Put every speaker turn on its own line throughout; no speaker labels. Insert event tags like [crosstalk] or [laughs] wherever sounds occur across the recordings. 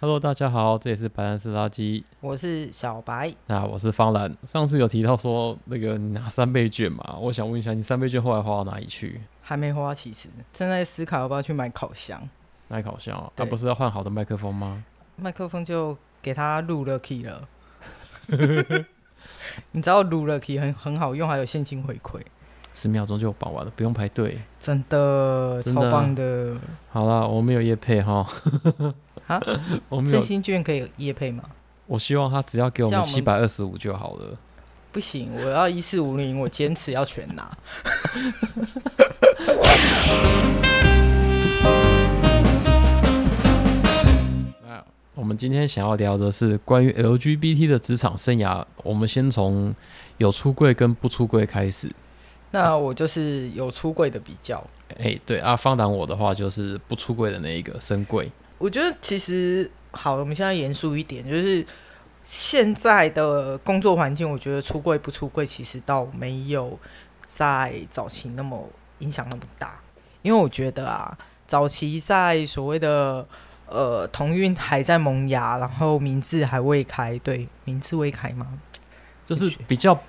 Hello，大家好，这里是白兰斯垃圾。
我是小白，
那我是方兰。上次有提到说那个你拿三倍券嘛，我想问一下，你三倍券后来花到哪里去？
还没花，其实正在思考要不要去买烤箱，
那搞笑哦，那、
对
不是要换好的麦克风吗？
麦克风就给它录了
[laughs]
key 了。你知道录了 key 很很好用，还有现金回馈，
十秒钟就有绑完了，不用排队。
真的
真
超
的啊
棒的。
好啦，我们有业配
[laughs]
哈，
啊，
[laughs] 我们
振
有，
兴券可以夜配吗？
我希望他只要给我
这
们
样我
七
们
百二十五就好了。
不行，我要一四五零，我坚持要全拿。
那我们今天想要聊的是关于 LGBT 的职场生涯。我们先从有出柜跟不出柜开始。
那我就是有出柜的比较，
哎、对啊，方兰我的话就是不出柜的那一个深柜。
我觉得其实好，我们现在严肃一点，就是现在的工作环境，我觉得出柜不出柜其实倒没有在早期那么影响那么大，因为我觉得啊，早期在所谓的呃同运还在萌芽，然后名字还未开，对，名字未开吗？
就是比较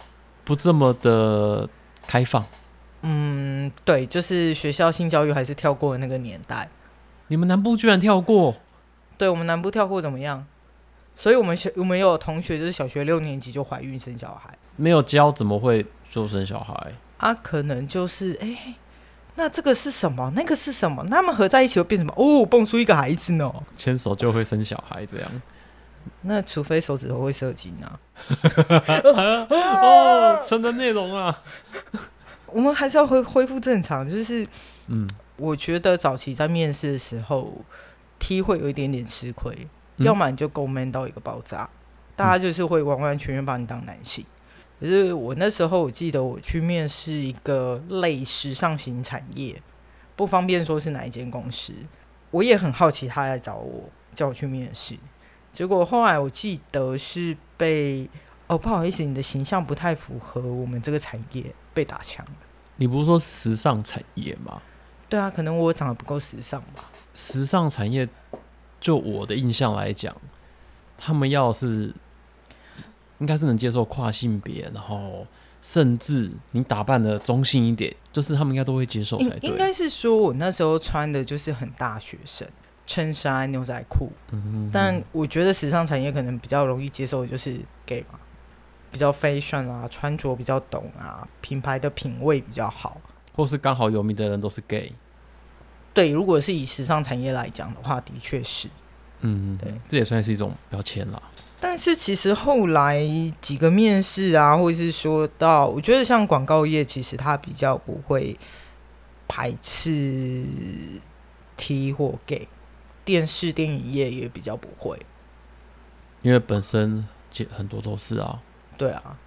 不这么的开放。
嗯，对，就是学校性教育还是跳过的那个年代。
你们南部居然跳过，
对我们南部跳过怎么样？所以我们学我们有同学就是小学六年级就怀孕生小孩
没有教怎么会就生小孩？
啊，可能就是哎、那这个是什么？那个是什么？那他们合在一起会变什么？哦，蹦出一个孩子呢？
牵手就会生小孩这样？
那除非手指头会射精啊，
[laughs] 哦，成的内容啊，
我们还是要恢恢复正常。就是
嗯，
我觉得早期在面试的时候，T 会有一点点吃亏，
嗯
要么你就够 man 到一个爆炸，大家就是会完完全全把你当男性。可是我那时候我记得我去面试一个类时尚型产业，不方便说是哪一间公司，我也很好奇他来找我，叫我去面试。结果后来我记得是被哦不好意思，你的形象不太符合我们这个产业，被打枪了。
你不是说时尚产业吗？
对啊，可能我长得不够时尚吧。
时尚产业，就我的印象来讲，他们要是应该是能接受跨性别，然后甚至你打扮的中性一点，就是他们应该都会接受才
应
对。
应该是说我那时候穿的就是很大学生，衬衫、牛仔裤。
嗯哼哼
但我觉得时尚产业可能比较容易接受的就是 gay 嘛，比较 fashion 啊，穿着比较懂啊，品牌的品味比较好。
或是刚好有名的人都是 gay，
对，如果是以时尚产业来讲的话，的确是。
嗯，
对，
这也算是一种标签啦。
但是其实后来几个面试啊，或者是说到，我觉得像广告业，其实它比较不会排斥 T 或 gay，电视电影业也比较不会。
因为本身其很多都是啊，
对啊，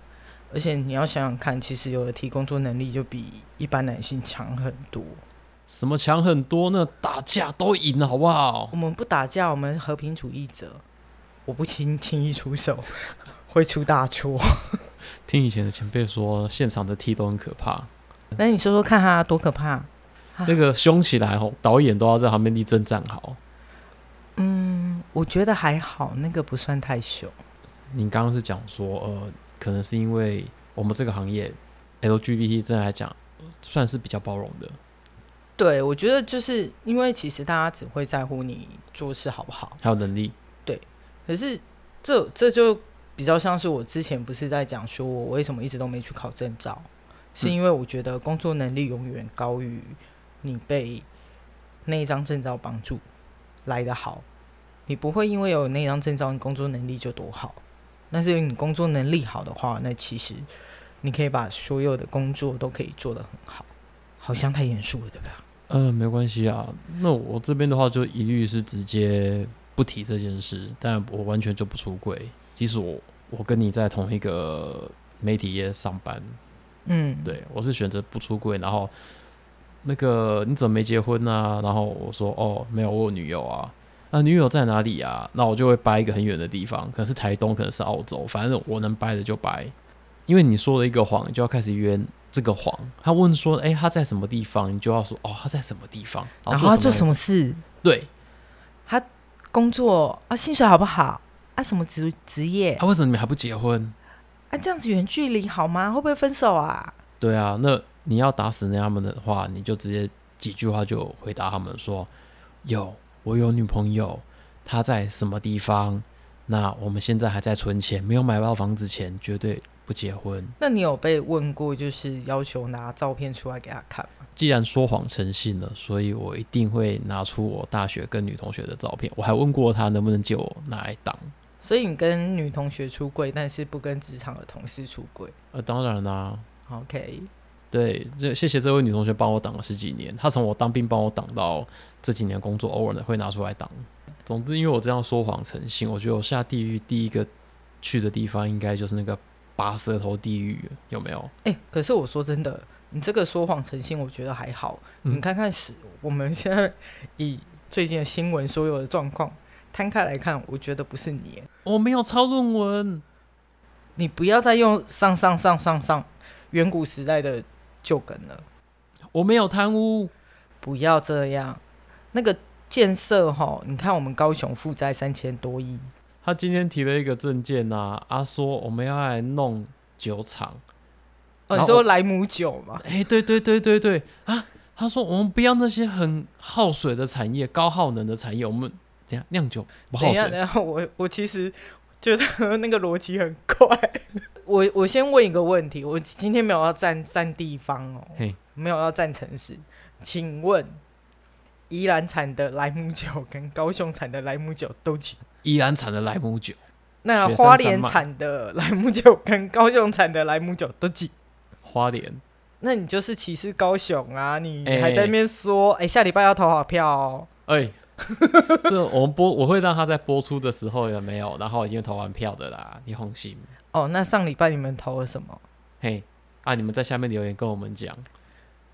而且你要想想看，其实有的 T 工作能力就比一般男性强很多。
什么强很多呢，打架都赢，好不好
我？们不打架，我们和平主义者，我不轻轻易出手， [laughs] 会出大错。
听以前的前辈说，现场的 T 都很可怕，
那你说说看哈，多可怕！ [laughs]
那个凶起来吼，导演都要在旁边立正站好。
嗯，我觉得还好，那个不算太凶。
你刚刚是讲说，呃，可能是因为我们这个行业 LGBT 真的来讲，算是比较包容的，
对，我觉得就是因为其实大家只会在乎你做事好不好，
还有能力，
可是这这就比较像是我之前不是在讲说我为什么一直都没去考证照，是因为我觉得工作能力永远高于你被那一张证照帮助来得好。你不会因为有那张证照，你工作能力就多好。但是你工作能力好的话，那其实你可以把所有的工作都可以做得很好。好像太严肃了，对啊吧？
呃，没关系啊。那我这边的话，就一律是直接不提这件事，但我完全就不出柜。即使我我跟你在同一个媒体业上班，
嗯，
对我是选择不出柜。然后那个你怎么没结婚啊？然后我说哦，没有，我有女友啊。啊，女友在哪里啊？那我就会掰一个很远的地方，可能是台东，可能是澳洲，反正我能掰的就掰。因为你说了一个谎，你就要开始圆这个谎。他问说，哎、他在什么地方？你就要说，哦，他在什么地方，
然后他做什
么？
么事？
对，
工作啊，薪水好不好啊，什么职职业
啊，为什么你们还不结婚？
啊，这样子远距离好吗？会不会分手啊？
对啊，那你要打死人家他们的话，你就直接几句话就回答他们说：有，我有女朋友，她在什么地方？那我们现在还在存钱，没有买到房子前，绝对不结婚。
那你有被问过，就是要求拿照片出来给他看吗？
既然说谎成性了，所以我一定会拿出我大学跟女同学的照片。我还问过她能不能借我拿来挡。
所以你跟女同学出柜，但是不跟职场的同事出柜。
呃，当然啦、
OK，
对，这谢谢这位女同学帮我挡了十几年，她从我当兵帮我挡到这几年工作，偶尔呢会拿出来挡。总之，因为我这样说谎成性，我觉得我下地狱第一个去的地方应该就是那个拔舌头地狱，有没有？
哎、可是我说真的，你这个说谎成性，我觉得还好。
嗯
你看看是我们现在以最近的新闻所有的状况摊开来看，我觉得不是你耶，
我哦没有抄论文，
你不要再用上上上上上远古时代的旧梗了，
我没有贪污，
不要这样。那个建设哈，你看我们高雄负债三千多亿，
他今天提了一个证件呐、啊，说我们要来弄酒厂。
哦，
然
你
后
说莱姆酒嘛？
哎、对对对对对啊！他说我们不要那些很耗水的产业、高耗能的产业，我们等一下酿酒不
等
耗
一下，
水。
等一下，我我其实觉得那个逻辑很怪。 [laughs] 我我先问一个问题，我今天没有要站站地方哦，
嘿，
没有要站城市，请问宜兰产的莱姆酒跟高雄产的莱姆酒都几？
宜兰产的莱姆酒，
那
雪山
花
山
莲
脉
产的莱姆酒跟高雄产的莱姆酒都几？
花莲
那你就是歧视高雄啊！你
哎
还在那边说，哎、下礼拜要投好票哦。
哎、 [laughs] 这我们播我会让他在播出的时候有没有？然后已经投完票的啦，你放心。
哦，那上礼拜你们投了什么？
嘿，啊，你们在下面留言跟我们讲。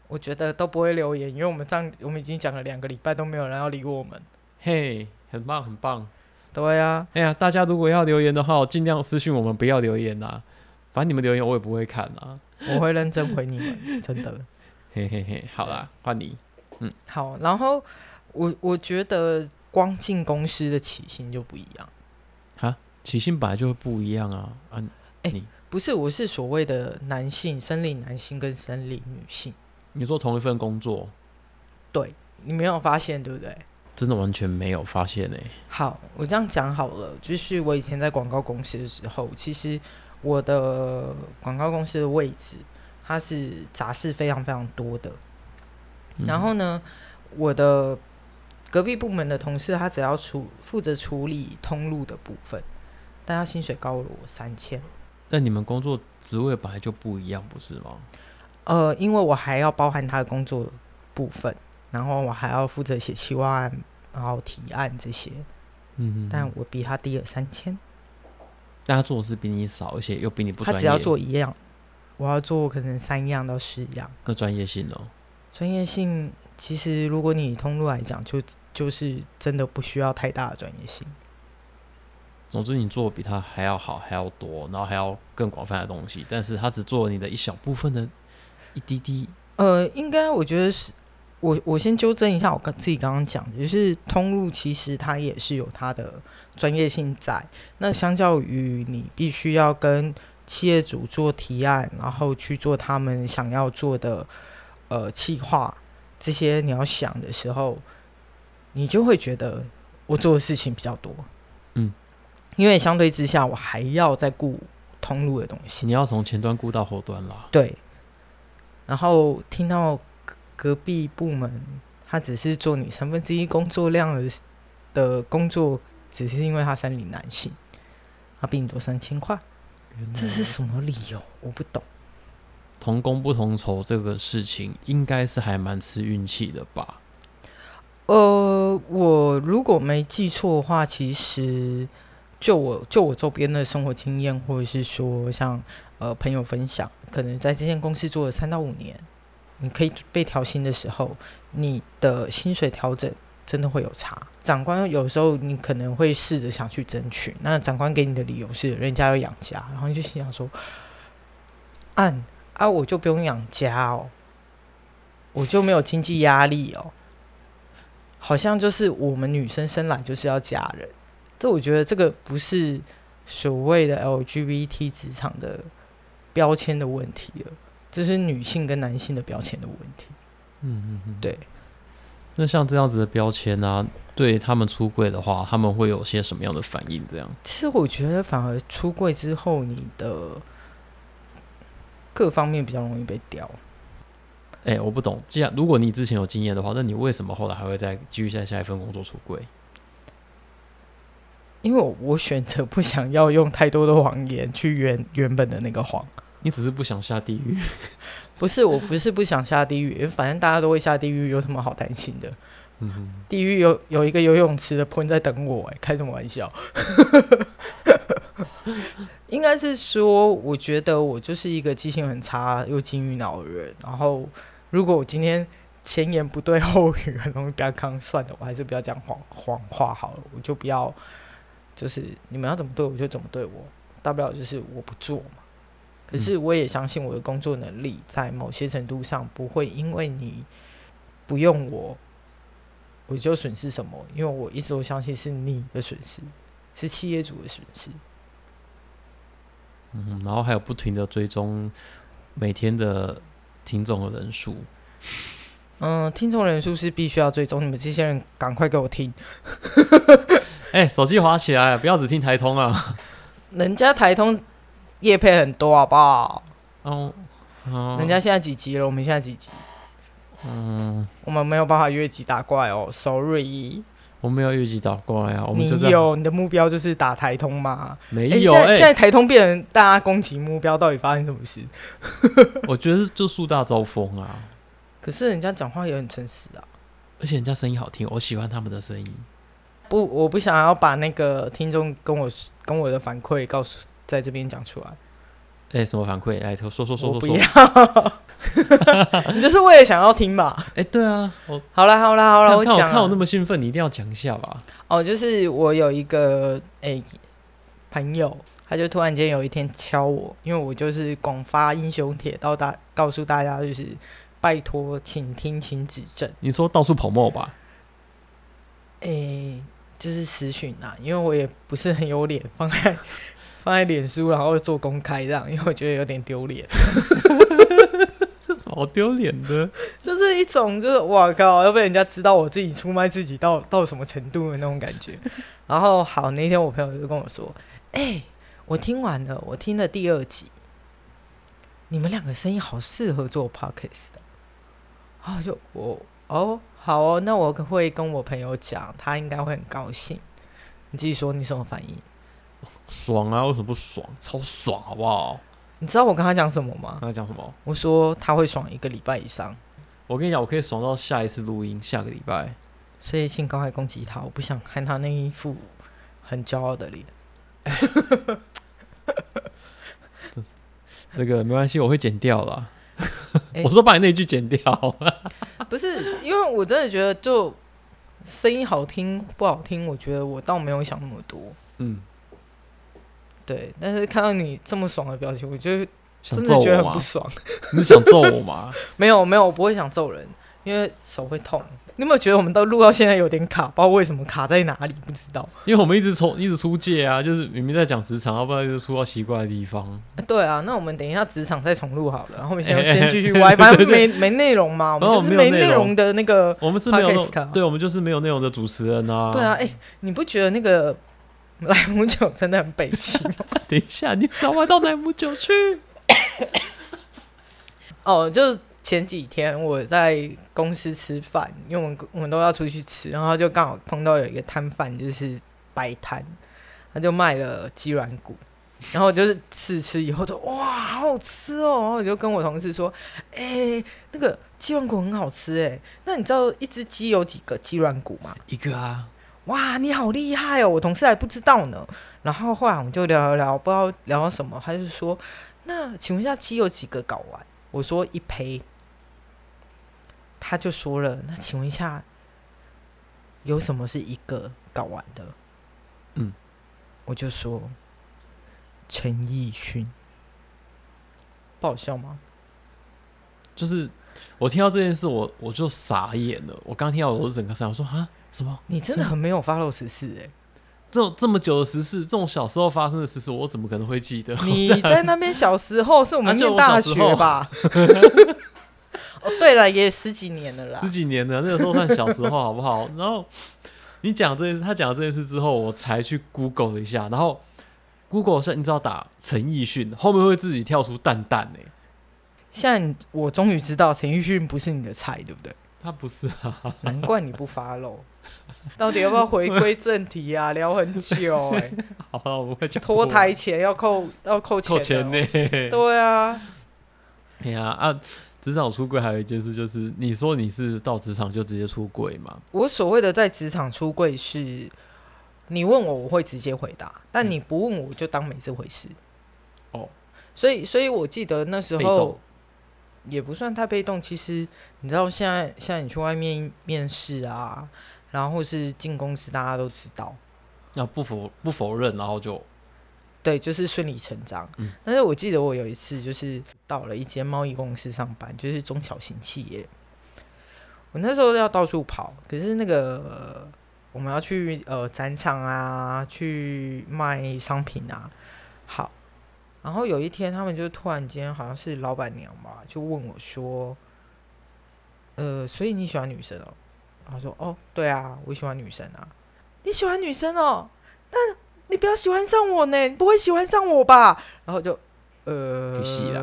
我觉得都不会留言，因为我们上我们已经讲了两个礼拜都没有人要理我们。
嘿，很棒很棒。
对啊，
哎呀，大家如果要留言的话，尽量私信我们，不要留言啦。反正你们留言我也不会看啦。
我会认真回你们，真的。
嘿嘿嘿，好啦，换你。
好，然后我我觉得光进公司的起薪就不一样，
起薪本来就会不一样啊啊！
不是我是所谓的男性生理男性跟生理女性，
你做同一份工作，
你没有发现对不对？
真的完全没有发现呢、欸
好，我这样讲好了，就是我以前在广告公司的时候，其实我的广告公司的位置，它是杂事非常非常多的。
嗯
嗯然后呢，我的隔壁部门的同事，他只要处负责处理通路的部分，但他薪水高了我三千。
但你们工作职位本来就不一样，不是吗？
呃，因为我还要包含他的工作部分，然后我还要负责写企划案，然后提案这些，
嗯，
但我比他低了三千。
但他做的事比你少，而且又比你不
他
专业，
只要做一样，我要做可能三样到十样。
那专业性哦。
专业性其实如果你以通路来讲，就就是真的不需要太大的专业性。
总之，你做的比他还要好，还要多，然后还要更广泛的东西，但是他只做了你的一小部分的一滴滴。
呃，应该我觉得是，我我先纠正一下我刚自己刚刚讲的，就是通路其实它也是有它的专业性在。那相较于你必须要跟企业主做提案，然后去做他们想要做的呃企划，这些你要想的时候，你就会觉得我做的事情比较多。
嗯，
因为相对之下，我还要再顾通路的东西。
你要从前端顾到后端啦。
对，然后听到隔隔壁部门他只是做你三分之一工作量的的工作，只是因为他生理男性，他比你多三千块，这是什么理由？我不懂。
同工不同酬这个事情，应该是还蛮吃运气的吧？
呃，我如果没记错的话，其实就我就我周边的生活经验，或者是说像呃朋友分享，可能在这间公司做了三到五年，你可以被调薪的时候，你的薪水调整真的会有差。长官有时候你可能会试着想去争取，那长官给你的理由是人家要养家，然后你就心想说，按啊我就不用养家哦，我就没有经济压力哦。好像就是我们女生生来就是要嫁人。这我觉得这个不是所谓的 LGBT 职场的标签的问题了，这是女性跟男性的标签的问题。
嗯嗯嗯，
对。
那像这样子的标签啊，对他们出柜的话，他们会有些什么样的反应？这样，
其实我觉得反而出柜之后，你的各方面比较容易被屌。
哎、我不懂。既然如果你之前有经验的话，那你为什么后来还会再继续在下一份工作出柜？
因为我我选择不想要用太多的谎言去圆原本的那个谎，
你只是不想下地狱。
不是我不是不想下地狱，因为反正大家都会下地狱，有什么好担心的？
嗯哼，
地狱有有一个游泳池的喷在等我、哎，开什么玩笑？ [laughs] 应该是说，我觉得我就是一个记性很差又金鱼脑的人。然后，如果我今天前言不对后语，很容易不要刚算了，我还是不要讲谎 [laughs] 谎话好了，我就不要，就是你们要怎么对我就怎么对我，大不了就是我不做嘛。可是我也相信我的工作能力在某些程度上不会因为你不用我我就损失什么？因为我一直都相信是你的损失，是企业主的损失。
嗯哼，然后还有不停的追踪每天的听众的人数。
嗯，听众人数是必须要追踪，你们这些人赶快给我听。
哎、手机滑起来，不要只听台通
[laughs]
啊。
人家台通业配很多，好不好？
哦，哦
人家现在几集了？我们现在几集？
嗯，
我们没有办法越级打怪哦，sorry。
我们要越级打怪啊，我们
你
就这样。
有你的目标就是打台通嘛？
没
哎
有
现在、
哎、
现在台通变成大家攻击目标，到底发生什么事？
我觉得是就树大招风啊，
可是人家讲话也很诚实啊。
而且人家声音好听，我喜欢他们的声音。
不，我不想要把那个听众跟我跟我的反馈告诉在这边讲出来，
哎、什么反馈？来，说说说说说
我不
说。
要
哎、，
你就是为了想要 [laughs] 听吧？
对啊，我
好啦好啦好啦，
看看我
讲
看我那
啊
么兴奋，你一定要讲一下吧。
哦，就是我有一个诶、朋友，他就突然间有一天敲我，因为我就是广发英雄帖，到大告诉大家就是拜托，请听，请指正。
你说到处跑冒
[laughs]
吧，
诶、就是私讯啊，因为我也不是很有脸放在放在脸书，然后做公开这样，因为我觉得有点丢脸。
好丢脸的。
就是一种就是我靠，要被人家知道我自己出卖自己到到什么程度的那种感觉。 [laughs] 然后好，那天我朋友就跟我说：“哎、我听完了，我听了第二集，你们两个声音好适合做 podcast 的。”然后我就我哦好哦，那我会跟我朋友讲，他应该会很高兴。你自己说你什么反应？
爽啊，为什么不爽？超爽，好不好？
你知道我跟他讲什么吗？
他讲什么？
我说他会爽一个礼拜以上，
我跟你讲，我可以爽到下一次录音，下个礼拜。
所以请赶快攻击他，我不想看他那一副很骄傲的脸。
这个没关系，我会剪掉啦。
哎
我说把你那句剪掉。 [laughs]
不是，因为我真的觉得就声音好听不好听，我觉得我倒没有想那么多。
嗯，
对，但是看到你这么爽的表情，我就
想
真
揍
的觉得
我啊
很
吗
不？爽。
你是想揍我吗？
没有没有，我不会想揍人，因为手会痛。你有没有觉得我们到录到现在有点卡？不知道为什么卡在哪里，不知道。
因为我们一直从一直出界啊，就是明明在讲职场，要不然就是出到奇怪的地方。
啊对啊，那我们等一下职场再重录好了，然后我们先
哎哎哎
先继
[laughs]
续
对
歪，
对
反正
对
没没内容嘛，我们
哦
就是
没有内
内
容
容的那个。
我们是没有那种
Podcast 啊
对，我们就是没有内容的主持人啊。
对啊，，哎、你不觉得那个 [laughs] 莱姆酒真的很北气吗？
[laughs] 等一下，你想歪到哪姆酒去？
哦，就是前几天我在公司吃饭，因为我们我们都要出去吃，然后就刚好碰到有一个摊贩，就是摆摊，他就卖了鸡软骨，然后我就是试吃以后就哇，好好吃哦，然后我就跟我同事说，哎、那个鸡软骨很好吃哎，那你知道一只鸡有几个鸡软骨吗？
一个啊，
哇，你好厉害哦！我同事还不知道呢。然后后来我们就聊聊聊，不知道聊到什么，他就说：“那请问一下，鸡有几个睾丸？”我说：“一胚。”他就说了：“那请问一下，有什么是一个睾丸的？”
嗯，
我就说：“陈奕迅。”不好笑吗？
就是我听到这件事，我我就傻眼了。我刚听到，我就整个傻，我说啊，什么？
你真的很没有 follow 时事哎、
这种这么久的时事，这种小时候发生的时事，我怎么可能会记得？ [laughs]
你在那边小时候是我们
啊就
念
我
大
小时
学
候
吧？ [laughs] 哦，对了，也十几年了啦
十。几年的那个时候算小时候，好不好？然后你讲这件，他讲这件事之后，我才去 Google 了一下，然后 Google 是你知道打陈奕迅，后面会自己跳出蛋蛋欸呢、
现在你我终于知道陈奕迅不是你的菜，对不对？
他不是啊，
难怪你不 follow。到 [laughs] 底要不要回归正题啊？聊很久
[laughs]
哎、
好了，我们会讲
脱胎前要扣要扣钱、
[laughs] 扣钱呢、。
对啊，
哎呀啊，职场出柜还有一件事就是，你说你是到职场就直接出柜嘛？
我所谓的在职场出柜是，你问我我会直接回答，但你不问我就当没这回事。
嗯哦，
所以所以我记得那时
被
候
动
也不算太被动，其实你知道现在现在你去外面面试啊，然后或是进公司，大家都知道。
要啊不否不否认，然后就
对，就是顺理成章。
嗯
但是我记得我有一次就是到了一间贸易公司上班，就是中小型企业。我那时候要到处跑，可是那个呃我们要去呃展场啊，去卖商品啊。好，然后有一天他们就突然间好像是老板娘吧，就问我说：“呃，所以你喜欢女生哦？”然后说：“哦，对啊，我喜欢女生啊。你喜欢女生哦？你不要喜欢上我呢，你不会喜欢上我吧？然后就呃，
不是啦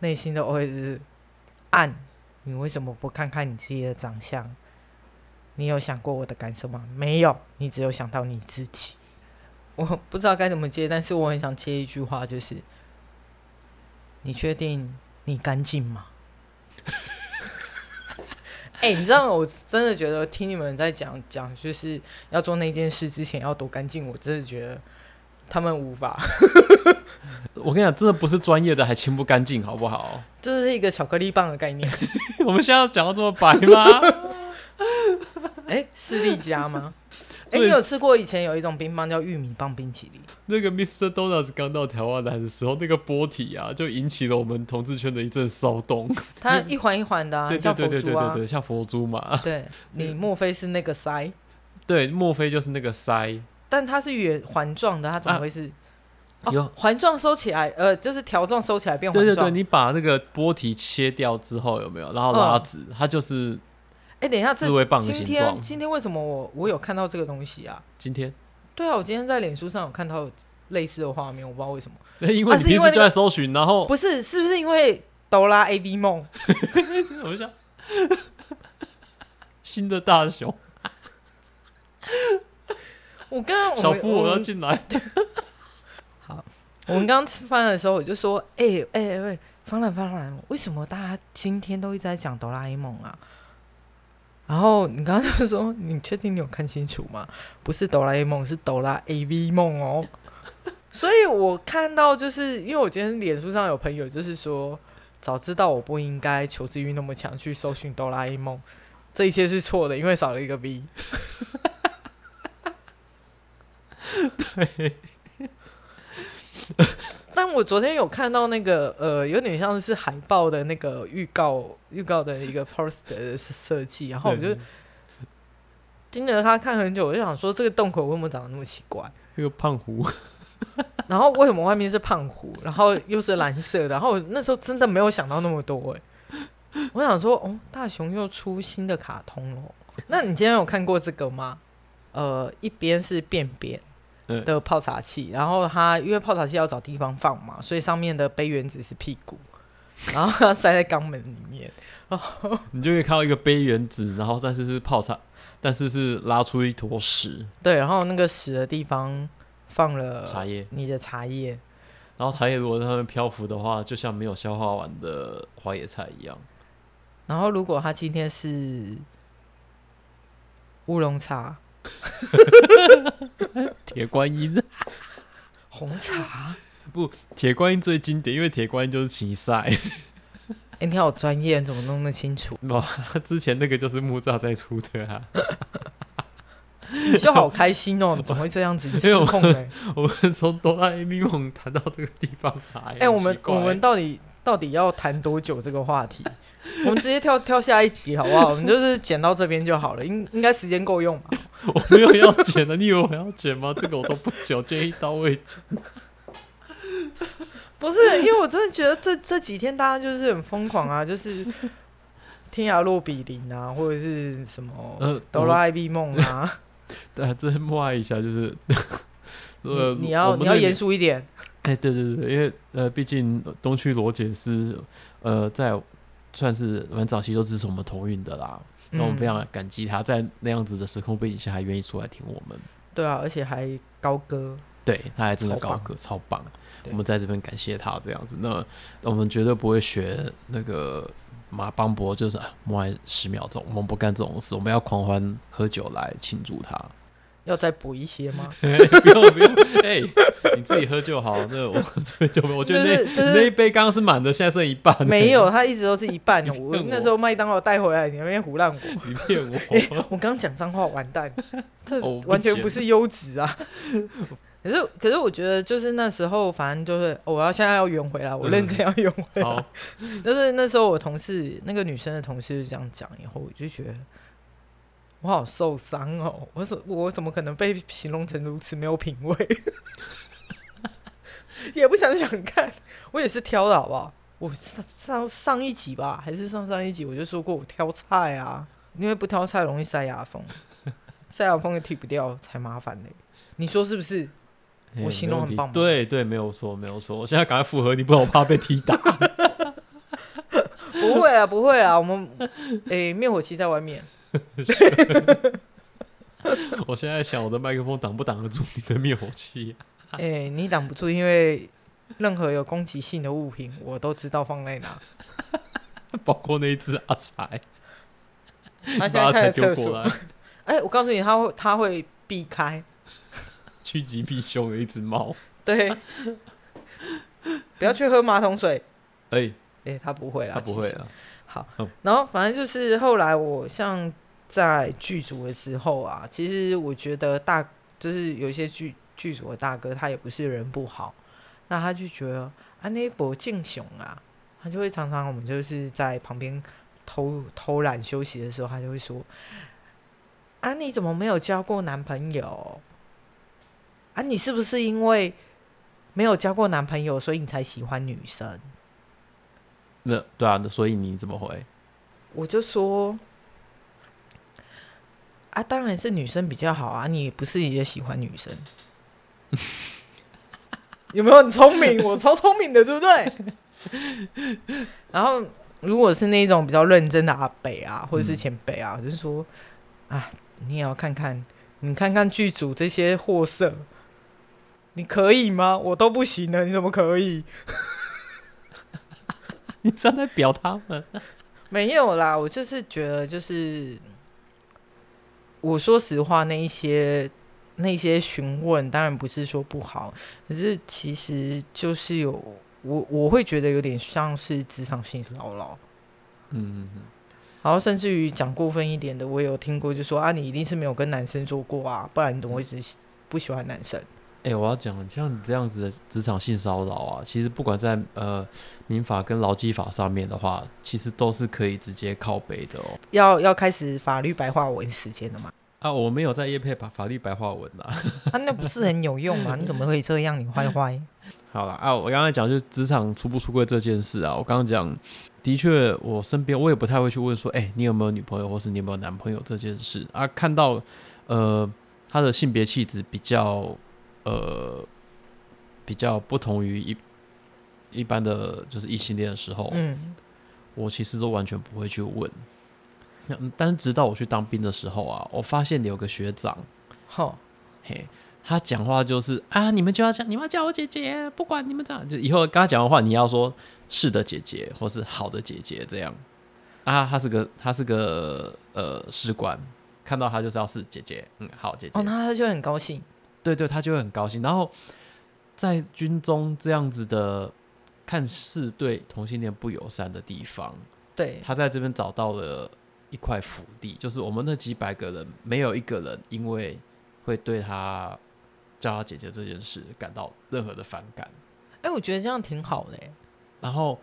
内心的 OS 是暗，你为什么不看看你自己的长相？你有想过我的感受吗？没有，你只有想到你自己。我不知道该怎么接，但是我很想接一句话，就是你确定你干净吗？ [laughs] 哎、你知道吗？我真的觉得听你们在讲讲，就是要做那件事之前要多干净，我真的觉得他们无法。 [laughs]
我跟你讲，真的不是专业的还清不干净，好不好？
这是一个巧克力棒的概念。
[laughs] 我们现在要讲到这么白吗？ [laughs]
哎、士力架吗？哎、
对
你有吃过以前有一种冰棒叫玉米棒冰淇淋？
那个 Mr. Donuts 刚到台湾来的时候，那个波体啊，就引起了我们同志圈的一阵骚动。
它一环一环的、啊，
嗯对对
像佛
对对对
珠
对
啊。
对，像佛珠嘛， [laughs]
对你莫非是那个塞？
对，莫非就是那个腮？
但它是圆环状的，它怎么
啊
会是？
有
哦，环状收起来，呃，就是条状收起来变环
对对
状。
对，你把那个波体切掉之后，有没有？然后拉直，
嗯
它就是
哎、等一下，这
自慰棒的
今
形
天
状。
今天为什么我我有看到这个东西啊？
今天，
对啊，我今天在脸书上有看到类似的画面，我不知道为什么。
[laughs] 因为
啊
你
是因
平
为
时
那
就
个
在搜寻，然后
不是，是不是因为哆啦 A B 梦？
[laughs] 我想新的大熊
我刚刚我们
小夫，我要
们
进来。
我们刚刚吃饭的时候，我就说，哎哎哎，方兰方兰，为什么大家今天都一直在讲哆啦 A 梦啊？然后你刚刚就说，你确定你有看清楚吗？不是哆啦 A 梦，是哆啦 A V 梦哦。 [laughs] 所以我看到，就是因为我今天脸书上有朋友就是说，早知道我不应该求知欲那么强，去搜寻哆啦 A 梦，这一切是错的，因为少了一个 V。但我昨天有看到那个呃，有点像是海报的那个预告预告的一个 post 的设计，然后我就
对
盯着他看很久，我就想说这个洞口为什么长得那么奇怪？ [laughs]
那个胖虎，
然后为什么外面是胖虎，然后又是蓝色的？然后我那时候真的没有想到那么多哎、我想说哦，大雄又出新的卡通了。那你今天有看过这个吗？呃，一边是便便
嗯
的泡茶器，然后它因为泡茶器要找地方放嘛，所以上面的杯原子是屁股，然后它塞在肛门里面。
你就可以看到一个杯原子，然后但是是泡茶，但是是拉出一坨屎
对，然后那个屎的地方放了
茶叶，
你的茶叶，
然后茶叶如果在上面漂浮的话，就像没有消化完的花野菜一样。
然后如果他今天是乌龙茶、
铁观音，
红 [laughs] 茶，
铁观音最经典，因为铁观音就是奇赛， [laughs]
哎、你好专业，你怎么弄得清 [laughs] 楚？
之前那个就是木栅在出的啊。 [laughs]
你就好开心哦，你怎么会这样子？你失 [laughs] 控哎、
我们从哆啦 A 梦谈到这个地方来，
哎、我们
很奇怪
我们到底到底要谈多久这个话题？我们直接跳跳下一集好不 [laughs] 好？我们就是剪到这边就好了，应应该时间够用吧？
哎我没有要剪啊的，你以为我要剪吗？这个我都不剪，我建议到
[laughs]
位剪。
[laughs] 不是，因为我真的觉得这这几天大家就是很疯狂 [laughs] 啊，就是天涯若比邻啊，或者是什么
呃，
哆啦 A 梦 [laughs] 啊，
对，这默哀一下，就是， [laughs] 呃，
你你要
我们
你要
那个
严肃一点。
哎、对对对，因为呃，毕竟呃东区罗姐是呃，在算是蛮早期都支持我们同运的啦，
嗯
那我们非常感激她在那样子的时空背景下还愿意出来听我们，
对啊，而且还高歌。
对，她还真的
超
高
棒
歌超棒，
对
我们在这边感谢她这样子。那我们绝对不会学那个马邦博，就是啊，默哀十秒钟，我们不干这种事，我们要狂欢喝酒来庆祝
[laughs]
她。
要再补一些
[laughs]
吗？
哎不用不用，哎、你自己喝就好。那我 [laughs] 这就我觉得
这
那
是这是
那一杯刚刚是满的，现在剩一半。
没有，它一直都是一
[laughs]
半的。
你
我
骗我
那时候麦当劳带回来，你那边胡
[laughs]
乱我。哎
你骗我！
我刚讲脏话，完
[laughs]
蛋，这
哦我不
完全
剪
不是优质啊。 [laughs] 可是，可是我觉得就是那时候，反正就是、哦我要现在要圆回来，我认真
嗯
要圆回来。
好，
就是那时候我同事那个女生的同事就这样讲，以后我就觉得我好受伤哦，我怎我怎么可能被形容成如此没有品味？ [laughs] 也不想想看，我也是挑的好不好？我上上上一集吧，还是上上一集我就说过我挑菜啊，因为不挑菜容易塞牙缝，塞牙缝又剃不掉才麻烦嘞、你说是不是？
哎
我形容很棒吗
没问题对对，没有错，没有错。我现在赶快附和你，不然我怕被踢打。
不会啦，不会啦，我们诶、灭火器在外面。
我现在想，我的麦克风挡不挡得住你的灭火器、啊
哎、你挡不住，因为任何有攻击性的物品，我都知道放在哪。
[laughs] 包括那一只阿才，[laughs]
他
[laughs] 把
现在
阿才
开了
丢
厕
过
所，
来，
哎、我告诉你，他会他会避开，
趋吉避凶的一只猫。
对， [laughs] 不要去喝马桶水。
哎、
哎、他不会啦，
它不会
其实
啊。
好
嗯，
然后反正就是后来我像在剧组的时候啊，其实我觉得大就是有一些剧剧组的大哥他也不是人不好，那他就觉得啊那波敬雄啊，他就会常常我们就是在旁边偷偷懒休息的时候，他就会说啊你怎么没有交过男朋友？啊你是不是因为没有交过男朋友，所以你才喜欢女生？
那对啊，那所以你怎么回？
我就说啊，当然是女生比较好啊，你不是也喜欢女生？ [laughs] 有没有很聪明？我超聪明的，对不对？然后如果是那种比较认真的阿北啊，或者是前辈啊，就是说啊，你也要看看，你看看剧组这些货色，你可以吗？我都不行了，你怎么可以？
[laughs] 你正在表他们。
没有啦，我就是觉得，就是我说实话，那一些那些询问，当然不是说不好，可是其实就是有我我会觉得有点像是职场性骚扰，
嗯，嗯
然后甚至于讲过分一点的，我也有听过，就说啊，你一定是没有跟男生做过啊，不然你怎么会一直喜不喜欢男生？
哎、我要讲，像你这样子的职场性骚扰啊，其实不管在呃民法跟劳基法上面的话，其实都是可以直接靠背的哦。
要要开始法律白话文时间了嘛？
啊，我没有在业配把法律白话文啦。
啊，那不是很有用吗？你怎么可以这样？你坏坏。
[laughs] 好啦，啊，我刚才讲就是职场出不出柜这件事啊，我刚刚讲，的确我身边我也不太会去问说，哎、你有没有女朋友，或是你有没有男朋友这件事啊。看到呃他的性别气质比较呃比较不同于一一般的就是异性恋的时候，
嗯，
我其实都完全不会去问。那嗯但是直到我去当兵的时候啊，我发现有个学长，
好，
嘿，他讲话就是啊，你们就要叫你们要叫我姐姐，不管你们怎样，就以后跟他讲的话，你要说是的姐姐，或是好的姐姐这样。啊，他是个他是个呃士官，看到他就是要是姐姐，嗯，好姐姐。
哦，那他就很高兴。
对对，他就会很高兴。然后在军中这样子的看似对同性恋不友善的地方，
对，
他在这边找到了一块福地，就是我们那几百个人，没有一个人因为会对他叫他姐姐这件事感到任何的反感。
哎、我觉得这样挺好的欸、
然后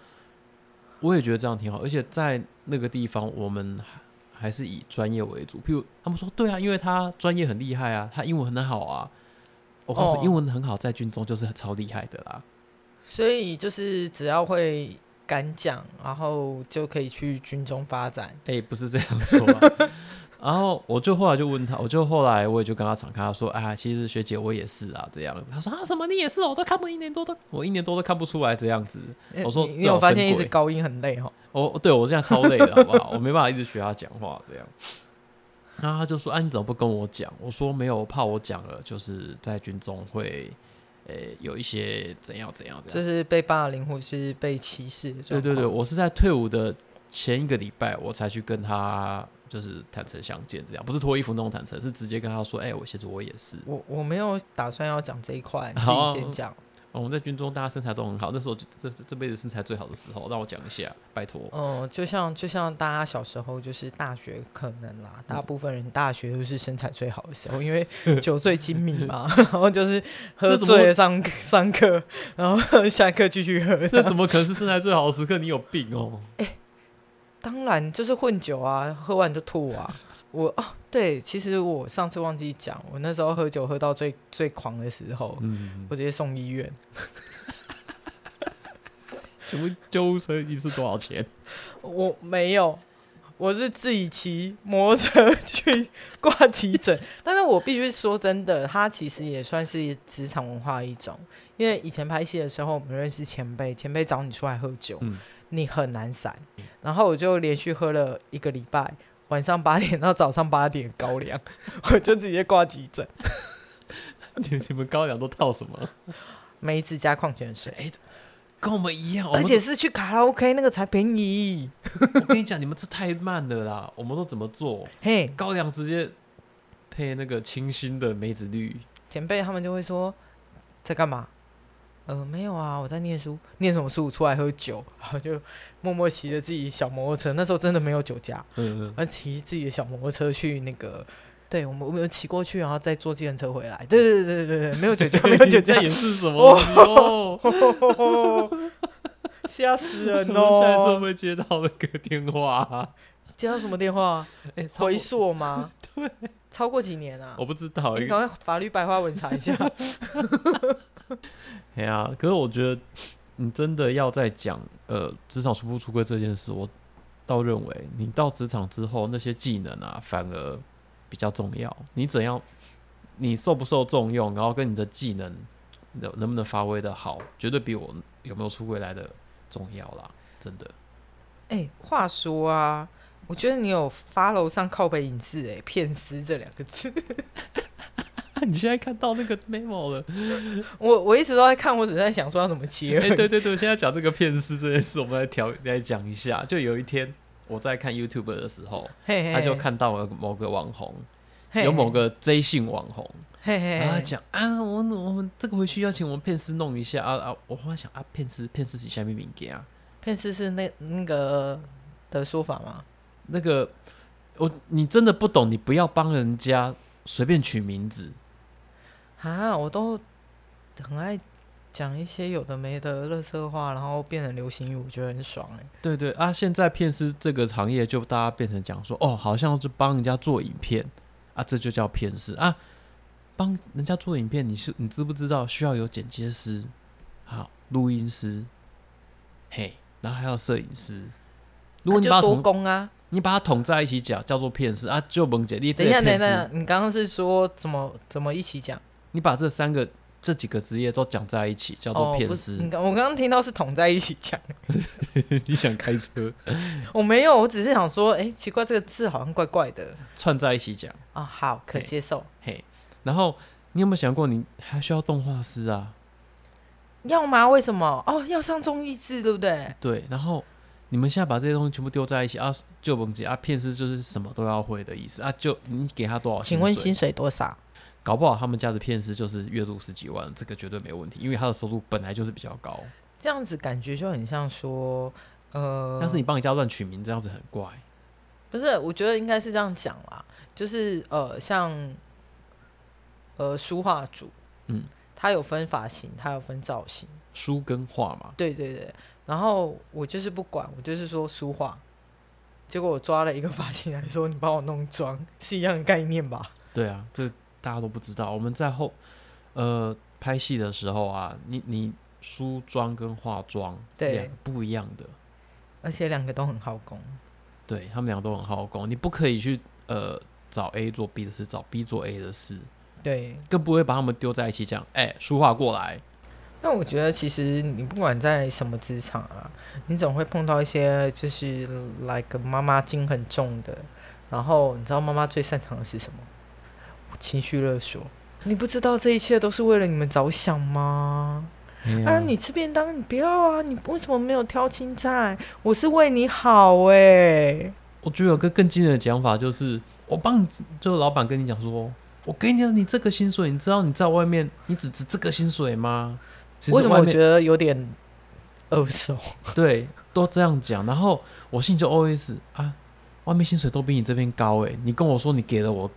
我也觉得这样挺好，而且在那个地方，我们还还是以专业为主。譬如他们说，对啊，因为他专业很厉害啊，他英文很好啊。我告诉
哦
你，英文很好，在军中就是超厉害的啦。
所以就是只要会敢讲，然后就可以去军中发展。
哎、不是这样说、啊。 [laughs] 然后我就后来就问他，我就后来我也就跟他敞开，他说啊，其实学姐我也是啊，这样子。他说啊，什么你也是哦，我都看不一年多都，我一年多都看不出来这样子。哎我说
你
对啊
你有
我
发
神
现一直
鬼
高音很累哦？
哦，对我现在超累的，好不好？我 [laughs] 没办法一直学他讲话这样。然后他就说：“啊，你怎么不跟我讲？”我说：“没有，我怕我讲了，就是在军中会，呃、有一些怎样怎样怎
就
样。
是被霸凌或是被歧视的”
对
状况。
啊对对，我是在退伍的前一个礼拜，我才去跟他就是坦诚相见，这样不是脱衣服那种坦诚，是直接跟他说：“哎、我其实我也是，
我我没有打算要讲这一块，你自
好啊
己先讲。
哦、我们在军中大家身材都很好，那时候就这这这辈子身材最好的时候，让我讲一下，拜 [laughs] 托。”
嗯、就像就像大家小时候，就是大学可能啦，大部分人大学都是身材最好的时候，因
[laughs]
为酒醉金迷嘛，然后就是喝
那怎么
醉了上上课，然后 [laughs] 下课继续
[laughs]
喝。
那怎么可能是身材最好的时刻？你有病哦、
当然就是混酒啊，喝完就吐啊。 [laughs] 我哦，对，其实我上次忘记讲，我那时候喝酒喝到最最狂的时候，
嗯，
我直接送医院。
请问救护车一次多少钱？ [laughs]
我没有，我是自己骑摩托车去挂急诊。 [laughs] 但是我必须说真的，它其实也算是职场文化一种。因为以前拍戏的时候，我们认识前辈，前辈找你出来喝酒，
嗯
你很难闪。然后我就连续喝了一个礼拜，晚上八点到早上八点高粱， [laughs] 我就直接挂急诊，
你你们高粱都套什么？
梅子加矿泉水，
跟我们一哦样，我
而
们
且是去卡拉 OK 那个才便宜。
我跟你讲，你们这太慢了啦！我们都怎么做？
嘿，
高粱直接配那个清新的梅子绿，
前辈他们就会说在干嘛？呃，没有啊，我在念书，念什么书？出来喝酒， [laughs] 然后就默默骑着自己小摩托车，那时候真的没有酒驾，
嗯，
而骑自己的小摩托车去那个，对我们我们有骑过去，然后再坐计程车回来，对对对
[laughs]
对对，没有酒驾，没有酒驾 [laughs]
这，演示什么？ [laughs] 哦，
吓死人
[laughs] 我下一次会
哦
不！会接到那个电话、啊？
接到什么电话？
[laughs] 哎、超
回溯吗？对，超过几年啊
[laughs] 我？不知道、
你
欸，
赶快法律白话文查一下。
哎呀、可是我觉得你真的要再讲呃职场出不出柜这件事，我倒认为你到职场之后那些技能啊反而比较重要。你怎样，你受不受重用，然后跟你的技能能能不能发挥的好，绝对比我有没有出柜来的重要啦，真的。
哎、话说啊，我觉得你有发楼上靠北影视哎、骗师这两个字，
[laughs] 你现在看到那个 memo 了？
我我一直都在看，我只是在想说要怎么接而已。
哎、对对对，现在讲这个骗师这件事，我们来调来讲一下。就有一天我在看 YouTube 的时候，
嘿嘿
他就看到了某个网红。
嘿
有某个 J 姓网红，
嘿嘿
然后他
嘿，
讲啊，我们我们这个回去要请我们片师弄一下啊啊！我忽然想啊，片师片师底下面名给啊，
骗师是那那个的说法吗？
那个我你真的不懂，你不要帮人家随便取名字，
啊，我都很爱讲一些有的没的乐色话，然后变成流行语，我觉得很爽哎、
对对啊！现在片师这个行业就大家变成讲说哦，好像是帮人家做影片啊，这就叫片师啊，帮人家做影片，你是你知不知道需要有剪接师，好录音师，嘿，然后还有摄影师。如果
啊
你
就
把它
多
统
功啊，
你把它统在一起讲，叫做骗师啊，就萌姐，你这
等一
个
下等
骗
一下
师，，
你刚刚是说怎么怎么一起讲？
你把这三个这几个职业都讲在一起，叫做
哦，
骗
不是，嗯
师。
你刚我刚刚听到是统在一起讲。
[laughs] 你想开车
[laughs] 我没有，我只是想说，哎、奇怪，这个字好像怪怪的
串在一起讲，
啊。好，可
嘿
接受。
嘿，然后你有没有想过，你还需要动画师啊？
要吗？为什么？哦，要上综艺制，对不对？
对，然后你们现在把这些东西全部丢在一起啊，就萌姐啊，骗师就是什么都要会的意思啊，就你给他多少
请
薪
问
水
薪水多少？
搞不好他们家的骗师就是月入十几万，这个绝对没问题，因为他的收入本来就是比较高，
这样子感觉就很像说，呃，
但是你帮人家乱取名这样子很怪。
不是，我觉得应该是这样讲啦，就是呃，像呃，书画组，
嗯，
它有分发型，它有分造型，
书跟画嘛，
对对对。然后我就是不管，我就是说梳化。结果我抓了一个发型来说，你帮我弄妆，是一样的概念吧？
对啊，这大家都不知道。我们在后呃拍戏的时候啊，你你梳妆跟化妆是
对
两个不一样的，
而且两个都很好攻，
对他们两个都很好攻，你不可以去呃找 A 做 B 的事，找 B 做 A 的事，
对。
更不会把他们丢在一起讲，哎、书画过来，
那我觉得其实你不管在什么职场啊，你总会碰到一些就是 like 妈妈精很重的，然后你知道妈妈最擅长的是什么？情绪勒索。你不知道这一切都是为了你们着想吗？啊，你吃便当你不要啊，你为什么没有挑青菜？我是为你好哎、
我觉得有个更惊人的讲法就是，我帮你，就是老板跟你讲说，我给你你这个薪水，你知道你在外面你只值这个薪水吗？其
为
实
什么
外
我
面
觉得有点二手？
对都这样讲，然后我心里就 OS 啊，外面薪水都比你这边高诶、你跟我说你给了我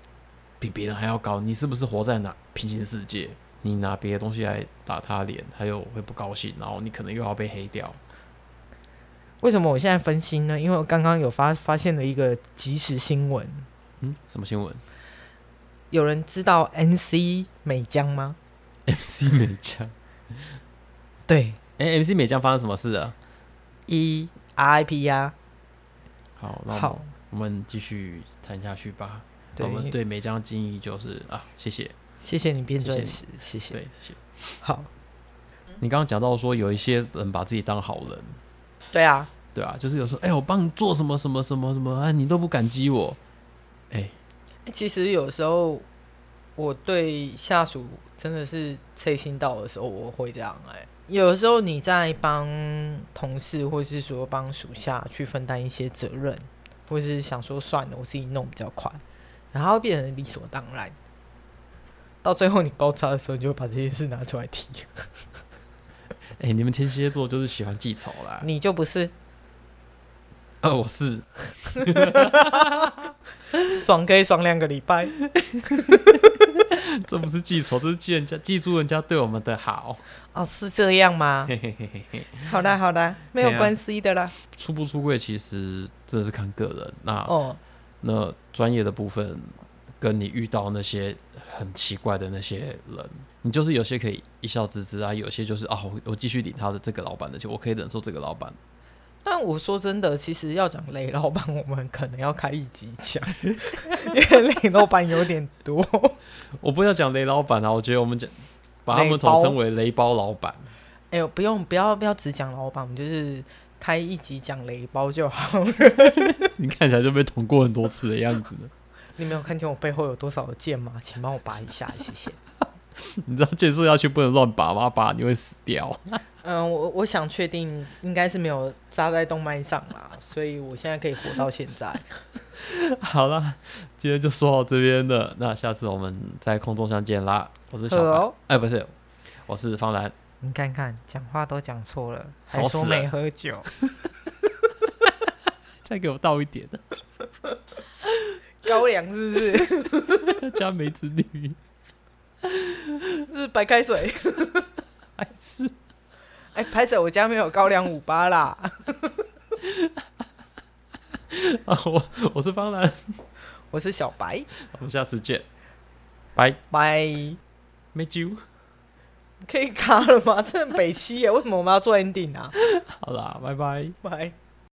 比别人还要高，你是不是活在哪平行世界？你拿别的东西来打他脸，他又会不高兴，然后你可能又要被黑掉。
为什么我现在分心呢？因为我刚刚有发发现了一个即时新闻，
嗯，什么 [laughs] 新闻
有人知道 NC 美江吗？
？MC 美江，
对，
哎、m c 美江发生什么事啊？
一 RIP 呀、
好，那我们
E 好，
我们继续谈下去吧。
对
我哦们对梅江敬意就是啊，谢谢，
谢谢你变
谢谢
准时，谢谢。
对，谢谢。
好，
你刚刚讲到说有一些人把自己当好人，
对啊，
对啊，就是有时候哎、我帮你做什么什么什么什么啊，你都不感激我，哎、
欸其实有时候我对下属真的是催心到的时候，我会这样哎、有时候你在帮同事或是说帮属下去分担一些责任，或是想说算了，我自己弄比较快，然后变成理所当然。到最后你爆炸的时候，你就会把这件事拿出来提。
哎、你们天蝎座就是喜欢记仇啦，
你就不是
呃，我是
[laughs]
[laughs]
爽可以爽两个礼拜，
这不是记仇，这是记人家记住人家对我们的好，
哦，是这样吗？好啦好啦，没
对
有
啊
关系的啦。
出不出柜其实真的是看个人，那
哦，
那专业的部分，跟你遇到那些很奇怪的那些人，你就是有些可以一笑置之啊，有些就是啊，我我继续领他的这个老板的钱，我可以忍受这个老板。
但我说真的，其实要讲雷老板，我们可能要开一集讲， [laughs] 因为雷老板有点多。
我不要讲雷老板啊，我觉得我们讲把他们
雷包
统称为雷包老板。
哎呦，不用，不要，不要只讲老板，我们就是开一集讲雷包就好。 [laughs]
你看起来就被捅过很多次的样子。
你没有看见我背后有多少的剑吗？请帮我拔一下，谢谢。
[laughs] 你知道建设下去不能乱拔吗？拔你会死掉。
[laughs]
[laughs]
嗯，我我想确定应该是没有扎在动脉上啦，所以我现在可以活到现在。
好啦，今天就说到这边了，那下次我们在空中相见啦。我是小白
Hello，
哎、不是，我是方兰。
你看看，讲话都讲错了，还
吵
说
死
没
了
喝酒，
再给我倒一点，
高粱是不 [laughs] 是？
加梅子绿。
是白开水。
还是
哎，拍手，我家没有高粱五八啦，
啊，我我是方兰，
我是小白，
我们下次见，拜，
拜。
梅酒，
可以卡了吗？这很北七耶，为什么我们要做 ending 啊？
好啦，拜拜。
拜。